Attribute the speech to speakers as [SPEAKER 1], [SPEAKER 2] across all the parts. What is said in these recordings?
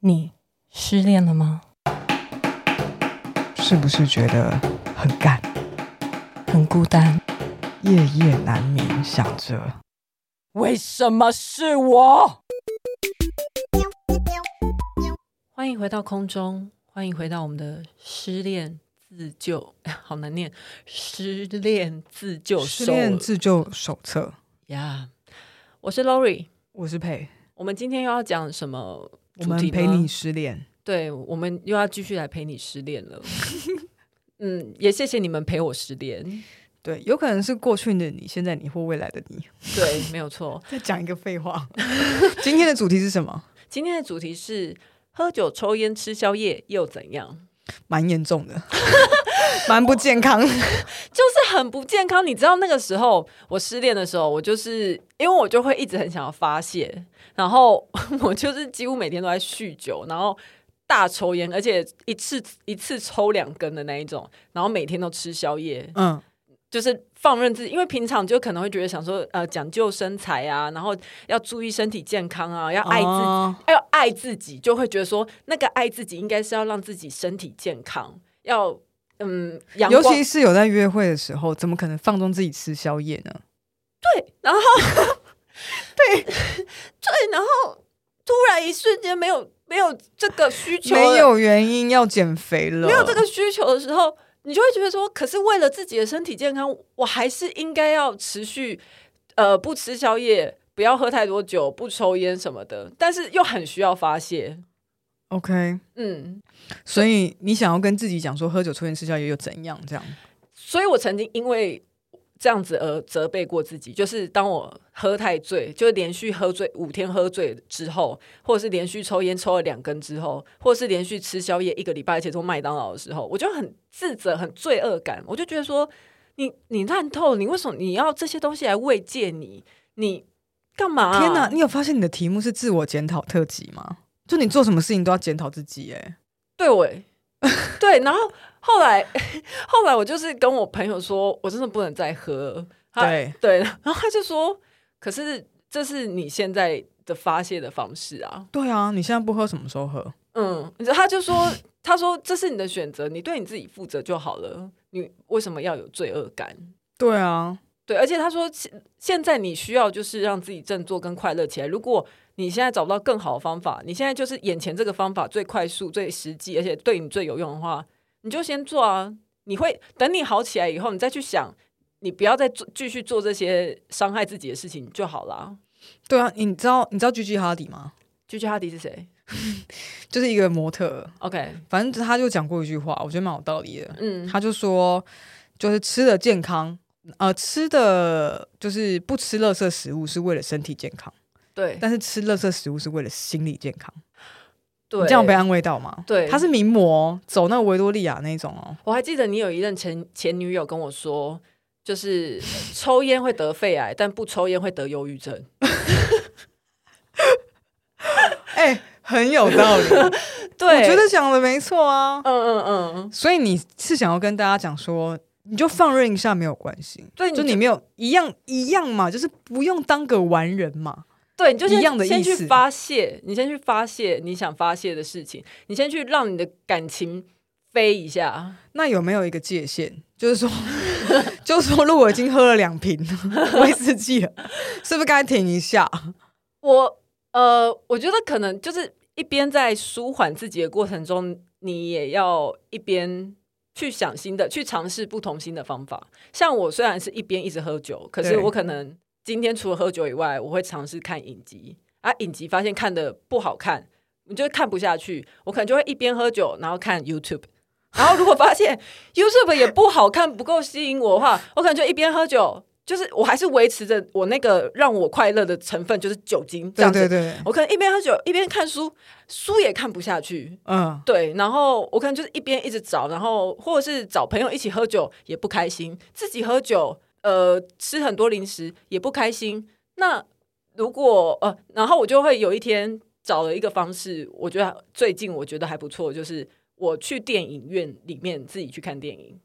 [SPEAKER 1] 你失恋了吗？
[SPEAKER 2] 是不是觉得很干，
[SPEAKER 1] 很孤单，
[SPEAKER 2] 夜夜难眠，想着
[SPEAKER 1] 为什么是我？欢迎回到空中，欢迎回到我们的失恋自救， 好难念，失恋自救
[SPEAKER 2] 失
[SPEAKER 1] 手
[SPEAKER 2] 恋自救手册？
[SPEAKER 1] 呀我是 Lori，
[SPEAKER 2] 我是佩，
[SPEAKER 1] 我们今天又要讲什么
[SPEAKER 2] 我
[SPEAKER 1] 主
[SPEAKER 2] 们
[SPEAKER 1] 题呢？
[SPEAKER 2] 陪你失恋。
[SPEAKER 1] 对，我们又要继续来陪你失恋了。 嗯，也谢谢你们陪我失恋。
[SPEAKER 2] 对，有可能是过去的你，现在你或未来的你。
[SPEAKER 1] 对，没有错。
[SPEAKER 2] 再讲一个废话。 今天的主题是什么？
[SPEAKER 1] 今天的主题是喝酒、抽烟、吃宵夜又怎样？
[SPEAKER 2] 蛮严 重的，蛮不健康。
[SPEAKER 1] 就是很不健康。你知道那个时候我失恋的时候，我就是因为我就会一直很想要发泄，然后 我就是几乎每天都在酗酒，然后大抽烟，而且一次一次抽两根的那一种，然后每天都吃宵夜，
[SPEAKER 2] 嗯，
[SPEAKER 1] 就是放任自己，因为平常就可能会觉得想说，呃，讲究身材啊，然后要注意身体健康啊，要爱自己，
[SPEAKER 2] 哦
[SPEAKER 1] 要爱自己，就会觉得说，那个爱自己应该是要让自己身体健康，要嗯阳
[SPEAKER 2] 尤
[SPEAKER 1] 光。
[SPEAKER 2] 其是有在约会的时候，怎么可能放纵自己吃宵夜呢？
[SPEAKER 1] 然后对对，然后突然一瞬间没有没有这个需求了，
[SPEAKER 2] 没有原因要减肥了，
[SPEAKER 1] 没有这个需求的时候，你就会觉得说，可是为了自己的身体健康，我还是应该要持续呃不吃宵夜，不要喝太多酒，不抽烟什么的，但是又很需要发泄。
[SPEAKER 2] OK。
[SPEAKER 1] 嗯，
[SPEAKER 2] 所以你想要跟自己讲说，喝酒、抽烟、吃宵夜又怎样？这样
[SPEAKER 1] 所以我曾经因为这样子而责备过自己，就是当我喝太醉，就是连续喝醉五天喝醉之后，或者是连续抽烟抽了两根之后，或者是连续吃宵夜一个礼拜，而且做麦当劳的时候，我就很自责、很罪恶感，我就觉得说，你你烂透了，你为什么你要这些东西来慰藉你？你干嘛、啊
[SPEAKER 2] 天哪！你有发现你的题目是自我检讨特辑吗？就你做什么事情都要检讨自己、欸，
[SPEAKER 1] 对我 欸，对，然后后来 后来我就是跟我朋友说，我真的不能再喝了。他
[SPEAKER 2] 对
[SPEAKER 1] 对，然后他就说，可是这是你现在的发泄的方式啊。
[SPEAKER 2] 对啊，你现在不喝，什么时候喝？
[SPEAKER 1] 嗯，你知道他就说，他说这是你的选择，你对你自己负责就好了。你为什么要有罪恶感？
[SPEAKER 2] 对啊，
[SPEAKER 1] 对，而且他说现现在你需要就是让自己振作跟快乐起来。如果你现在找不到更好的方法，你现在就是眼前这个方法最快速、最实际，而且对你最有用的话，你就先做啊。你会等你好起来以后，你再去想，你不要再做继续做这些伤害自己的事情就好啦。
[SPEAKER 2] 对啊，你知道你知道 Gigi Hardy 吗？
[SPEAKER 1] 居居哈迪是谁
[SPEAKER 2] 就是一个模特儿，
[SPEAKER 1] ？OK，
[SPEAKER 2] 反正他就讲过一句话，我觉得蛮有道理的。
[SPEAKER 1] 嗯，
[SPEAKER 2] 他就说，就是吃的健康，呃，吃的就是不吃垃圾食物是为了身体健康，
[SPEAKER 1] 对
[SPEAKER 2] 但是吃垃圾食物是为了心理健康。
[SPEAKER 1] 对，
[SPEAKER 2] 你这样被安慰到吗？
[SPEAKER 1] 对
[SPEAKER 2] 他是名模哦，走那个维多利亚那种哦。
[SPEAKER 1] 我还记得你有一任前前女友跟我说，就是呃 抽烟会得肺癌，但不抽烟会得忧郁症。
[SPEAKER 2] 哎、很有道理， 我
[SPEAKER 1] 对，
[SPEAKER 2] 觉得讲的没错啊。
[SPEAKER 1] 嗯嗯嗯，
[SPEAKER 2] 所以你是想要跟大家讲说，你就放任一下没有关系，
[SPEAKER 1] 对，
[SPEAKER 2] 就
[SPEAKER 1] 就
[SPEAKER 2] 你没有一样一样嘛，就是不用当个完人嘛。
[SPEAKER 1] 对，你就先
[SPEAKER 2] 一样的
[SPEAKER 1] 先
[SPEAKER 2] 意
[SPEAKER 1] 去
[SPEAKER 2] 思
[SPEAKER 1] 发泄，你先去发泄你想发泄的事情，你先去让你的感情飞一下。
[SPEAKER 2] 那有没有一个界限？就是说， 就是说，如果已经喝了两瓶 威士忌了，是不是该停 一下？
[SPEAKER 1] 我呃，我觉得可能就是一边在舒缓自己的过程中，你也要一边去想新的，去尝试不同新的方法。像我虽然是一边一直喝酒，可是
[SPEAKER 2] 对
[SPEAKER 1] 我可能今天除了喝酒以外，我会尝试看影集啊，影集发现看的不好看，你就看不下去，我可能就会一边喝酒，然后看 YouTube。然后如果发现 YouTube 也不好看，不够吸引我的话，我可能就一边喝酒，就是我还是维持着我那个让我快乐的成分，就是酒精这
[SPEAKER 2] 对
[SPEAKER 1] 样子。
[SPEAKER 2] 对对，
[SPEAKER 1] 我可能一边喝酒一边看书，书也看不下去。
[SPEAKER 2] 嗯，
[SPEAKER 1] 对，然后我可能就是一边一直找，然后或者是找朋友一起喝酒也不开心，自己喝酒呃吃很多零食也不开心。那如果呃，然后我就会有一天找了一个方式，我觉得最近我觉得还不错，就是我去电影院里面自己去看电影。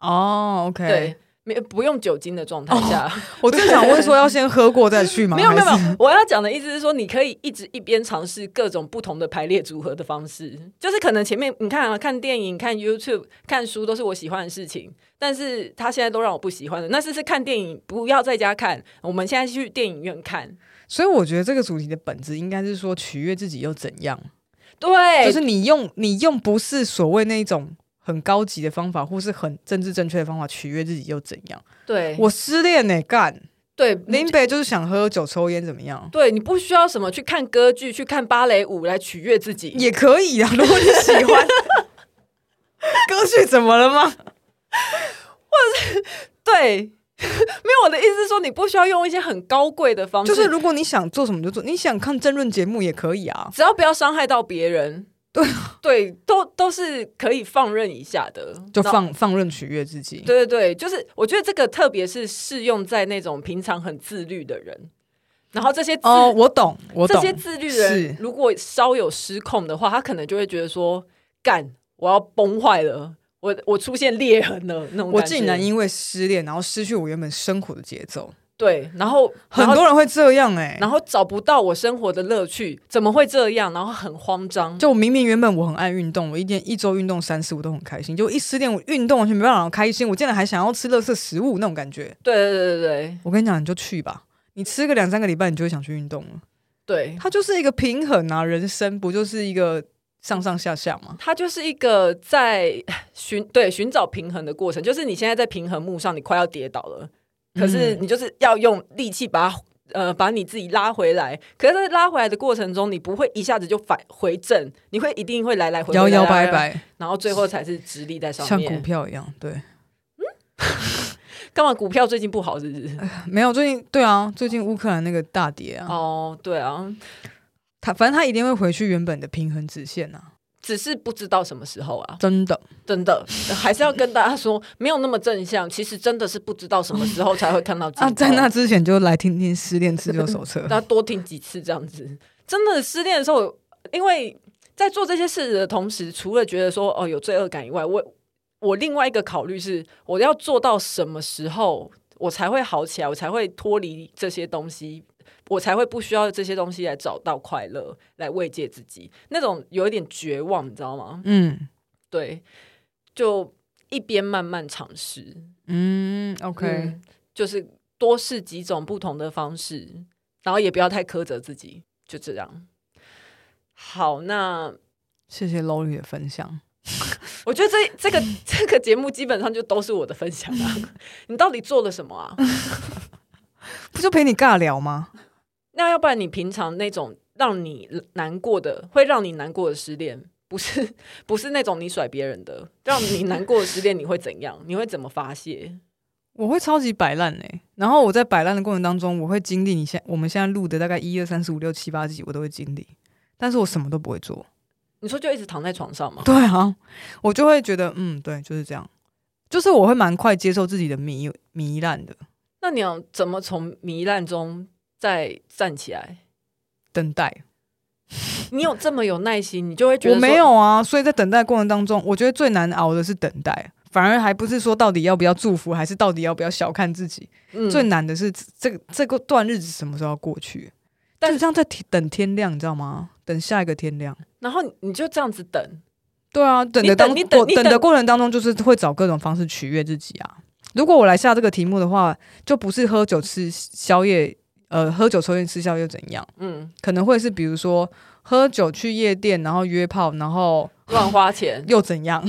[SPEAKER 2] 哦，OK，
[SPEAKER 1] 对，没不用酒精的状态下，
[SPEAKER 2] 我正想问说，要先喝过再去吗？
[SPEAKER 1] 没有没有
[SPEAKER 2] 还是
[SPEAKER 1] 没有，我要讲的意思是说，你可以一直一边尝试各种不同的排列组合的方式，就是可能前面你看啊，看电影、看 YouTube、看书都是我喜欢的事情，但是他现在都让我不喜欢了。那是是看电影不要在家看，我们现在去电影院看。
[SPEAKER 2] 所以我觉得这个主题的本质应该是说取悦自己又怎样？
[SPEAKER 1] 对，
[SPEAKER 2] 就是你用你用不是所谓那种很高级的方法，或是很政治正确的方法取悦自己又怎样？
[SPEAKER 1] 对，嗯
[SPEAKER 2] 我失恋呢、干
[SPEAKER 1] 对
[SPEAKER 2] 林北就是想喝酒抽烟怎么样？
[SPEAKER 1] 对你不需要什么去看歌剧、去看芭蕾舞来取悦自己，
[SPEAKER 2] 也可以啊，如果你喜 欢。歌曲怎么了吗？
[SPEAKER 1] 对， 没有我的意思是说，你不需要用一些很高贵的方式，
[SPEAKER 2] 就是如果你想做什么就做，你想看争论节目也可以啊。
[SPEAKER 1] 只要不要伤害到别人，
[SPEAKER 2] 对
[SPEAKER 1] 对，都都是可以放任一下的，
[SPEAKER 2] 就
[SPEAKER 1] 然后。
[SPEAKER 2] 放放任取悦自己。
[SPEAKER 1] 哦对对对，就是我觉得这个特别是适用在那种平常很自律的人，然后这些自、
[SPEAKER 2] 哦，我懂，我
[SPEAKER 1] 这
[SPEAKER 2] 懂。
[SPEAKER 1] 些自律的人
[SPEAKER 2] 是，
[SPEAKER 1] 如果稍有失控的话，他可能就会觉得说，干，我要崩坏了，我我出现裂痕了那种
[SPEAKER 2] 我
[SPEAKER 1] 感觉。
[SPEAKER 2] 竟然因为失恋，然后失去我原本生活的节奏，
[SPEAKER 1] 对，然后
[SPEAKER 2] 很
[SPEAKER 1] 然后
[SPEAKER 2] 多人会这样哎、
[SPEAKER 1] 然后找不到我生活的乐趣，怎么会这样？然后很慌张。
[SPEAKER 2] 就我明明原本我很爱运动，我一天一周运动三次我都很开心，就一失恋我运动完全没办法开心，我竟然还想要吃垃圾食物那种感觉。
[SPEAKER 1] 对对对对对
[SPEAKER 2] 我跟你讲，你就去吧，你吃个两三个礼拜，你就会想去运动了。
[SPEAKER 1] 对，
[SPEAKER 2] 它就是一个平衡啊，人生不就是一个上上下下吗？
[SPEAKER 1] 它就是一个在寻对寻找平衡的过程，就是你现在在平衡木上，你快要跌倒了，可
[SPEAKER 2] 嗯
[SPEAKER 1] 是你就是要用力气把它。呃，把你自己拉回来，可是，在拉回来的过程中，你不会一下子就返回正，你会一定会来来回回
[SPEAKER 2] 摇摇，
[SPEAKER 1] 来来
[SPEAKER 2] 摆
[SPEAKER 1] 来
[SPEAKER 2] 摆，
[SPEAKER 1] 然后最后才是直立在上
[SPEAKER 2] 像股
[SPEAKER 1] 面。
[SPEAKER 2] 票一样。对，
[SPEAKER 1] 干嘛？股票最近不好是不是？
[SPEAKER 2] 没有最近对啊，最近乌克兰那个大跌啊，
[SPEAKER 1] 哦，对啊，
[SPEAKER 2] 他反正他一定会回去原本的平衡直线啊，
[SPEAKER 1] 只是不知道什么时候啊。
[SPEAKER 2] 真的。
[SPEAKER 1] 真的还是要跟大家说，没有那么正向。其实真的是不知道什么时候才会看到
[SPEAKER 2] 啊，
[SPEAKER 1] 尽头。
[SPEAKER 2] 在那之前就来听听失恋自救手册
[SPEAKER 1] 那多听几次这样子。真的失恋的时候，因为在做这些事的同时，除了觉得说哦有罪恶感以外，我我另外一个考虑是，我要做到什么时候我才会好起来，我才会脱离这些东西。我才会不需要这些东西来找到快乐，来慰藉自己，那种有一点绝望，你知道吗？
[SPEAKER 2] 嗯
[SPEAKER 1] 对，就一边慢慢尝试，
[SPEAKER 2] 嗯，OK，
[SPEAKER 1] 嗯就是多试几种不同的方式，然后也不要太苛责自己，就这样。好，那
[SPEAKER 2] 谢谢 Lori 的分享。
[SPEAKER 1] 我觉得这这个这个节目基本上就都是我的分享啊。你到底做了什么啊？
[SPEAKER 2] 不就陪你尬聊吗？
[SPEAKER 1] 那要不然你平常那种让你难过的，会让你难过的失恋，不是不是那种你甩别人的，让你难过的失恋，你会怎样？你会怎么发泄？
[SPEAKER 2] 我会超级摆烂嘞，然后我在摆烂的过程当中，我会经历你现我们现在录的大概一二三四五六七八集，我都会经历，但是我什么都不会做。
[SPEAKER 1] 你说就一直躺在床上吗？
[SPEAKER 2] 对啊，我就会觉得，嗯，对，就是这样，就是我会蛮快接受自己的糜糜烂的，
[SPEAKER 1] 那你要怎么从糜烂中再站起来？
[SPEAKER 2] 等待。
[SPEAKER 1] 你有这么有耐心，你就会觉得
[SPEAKER 2] 我
[SPEAKER 1] 说
[SPEAKER 2] 没。有啊，所以在等待过程当中，我觉得最难熬的是等待，反而还不是说到底要不要祝福，还是到底要不要小看自己，
[SPEAKER 1] 嗯
[SPEAKER 2] 最难的是这这个这个段日子什么时候要过去。
[SPEAKER 1] 但
[SPEAKER 2] 但是像在天等天亮，你知道吗？等下一个天亮。
[SPEAKER 1] 然后你就这样子等，
[SPEAKER 2] 对啊，等的
[SPEAKER 1] 你等
[SPEAKER 2] 当
[SPEAKER 1] 你等
[SPEAKER 2] 过
[SPEAKER 1] 你
[SPEAKER 2] 等的
[SPEAKER 1] 等
[SPEAKER 2] 过程当中，就是会找各种方式取悦自己啊。如果我来下这个题目的话，就不是喝酒吃宵夜，呃，喝酒抽烟吃宵夜又怎样？
[SPEAKER 1] 嗯，
[SPEAKER 2] 可能会是比如说喝酒去夜店，然后约炮，然后
[SPEAKER 1] 乱花 钱。
[SPEAKER 2] 又怎样？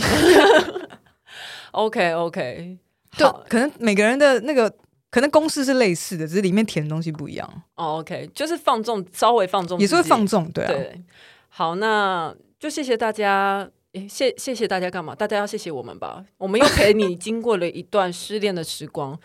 [SPEAKER 1] OK OK，
[SPEAKER 2] 就
[SPEAKER 1] 好
[SPEAKER 2] 可能每个人的那个可能公式是类似的，只是里面填的东西不一样，
[SPEAKER 1] 哦 OK，就是放纵，稍微放纵，
[SPEAKER 2] 也是会放。纵，对啊，
[SPEAKER 1] 对，好，那就谢谢大家。诶谢谢谢大家干嘛？大家要谢谢我们吧，我们又陪你经过了一段失恋的时 光，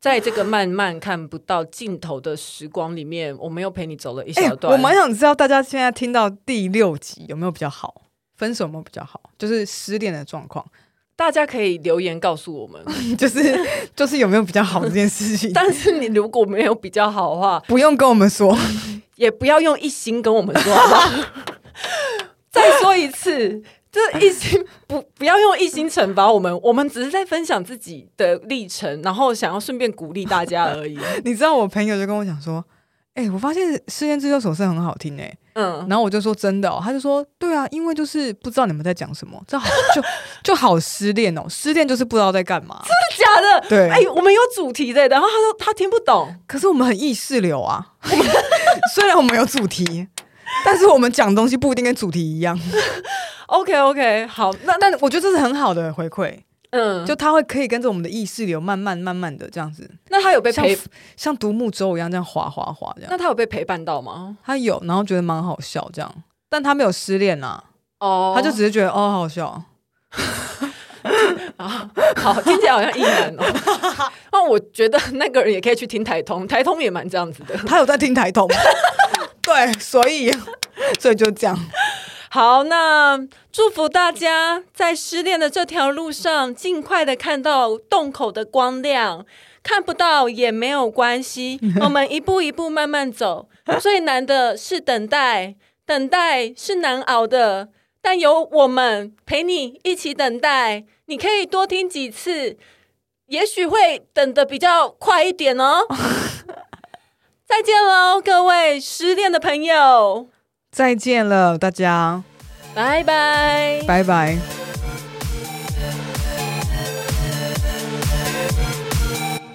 [SPEAKER 1] 在这个慢慢看不到尽头的时光里面，我们又陪你走了一
[SPEAKER 2] 哎、
[SPEAKER 1] 小段。
[SPEAKER 2] 我蛮想知道大家现在听到第六集有没有比较好，分手有没有比较好，就是失恋的状况，
[SPEAKER 1] 大家可以留言告诉我们，
[SPEAKER 2] 就是就是有没有比较好这件事情，
[SPEAKER 1] 但是你如果没有比较好的话，
[SPEAKER 2] 不用跟我们说，
[SPEAKER 1] 也不要 用一心跟我们说好不好再说一次，这一心不不要用一心惩罚我们，我们只是在分享自己的历程，然后想要顺便鼓励大家 而已。
[SPEAKER 2] 你知道我朋友就跟我讲说，哎、我发现《失恋自救手册》很好听哎、
[SPEAKER 1] 嗯，
[SPEAKER 2] 然后我就说真的哦，他就说对啊，因为就是不知道你们在讲什么，这好就 就好失恋哦，失恋就是不知道在干 嘛。
[SPEAKER 1] 假的。
[SPEAKER 2] 对，
[SPEAKER 1] 哎、我们有主题的，然后他说他听不懂，
[SPEAKER 2] 可是我们很意识流啊， 我们虽然我们有主题，但是我们讲的东西不一定跟主题一样。
[SPEAKER 1] OK OK，好，那那
[SPEAKER 2] 但我觉得这是很好的回馈，
[SPEAKER 1] 嗯，就
[SPEAKER 2] 就它会可以跟着我们的意识流慢慢慢慢的这样子，
[SPEAKER 1] 那他有被
[SPEAKER 2] 像
[SPEAKER 1] 陪，
[SPEAKER 2] 像独木舟一样这样划划划这样。
[SPEAKER 1] 那他有被陪伴到吗？
[SPEAKER 2] 他有，然后觉得蛮好笑这样，但他没有失恋啊，
[SPEAKER 1] 哦，
[SPEAKER 2] 他就只是觉得哦好笑。
[SPEAKER 1] 啊，好，听起来好像一男哦。 那我觉得那个人也可以去听台通，台通也蛮这样子的。
[SPEAKER 2] 他有在 听台通，对，所以所以就这样。
[SPEAKER 1] 好，那祝福大家在失恋的这条路上，尽快的看到洞口的光亮。看不到也没有关 系，我们一步一步慢慢走。最难的是等待，等待是难熬的，但有我们陪你一起等待，你可以多听几次，也许会等的比较快一点 哦。再见喽，各位失恋的朋友，
[SPEAKER 2] 再见了，大家，
[SPEAKER 1] 拜拜。
[SPEAKER 2] 拜拜。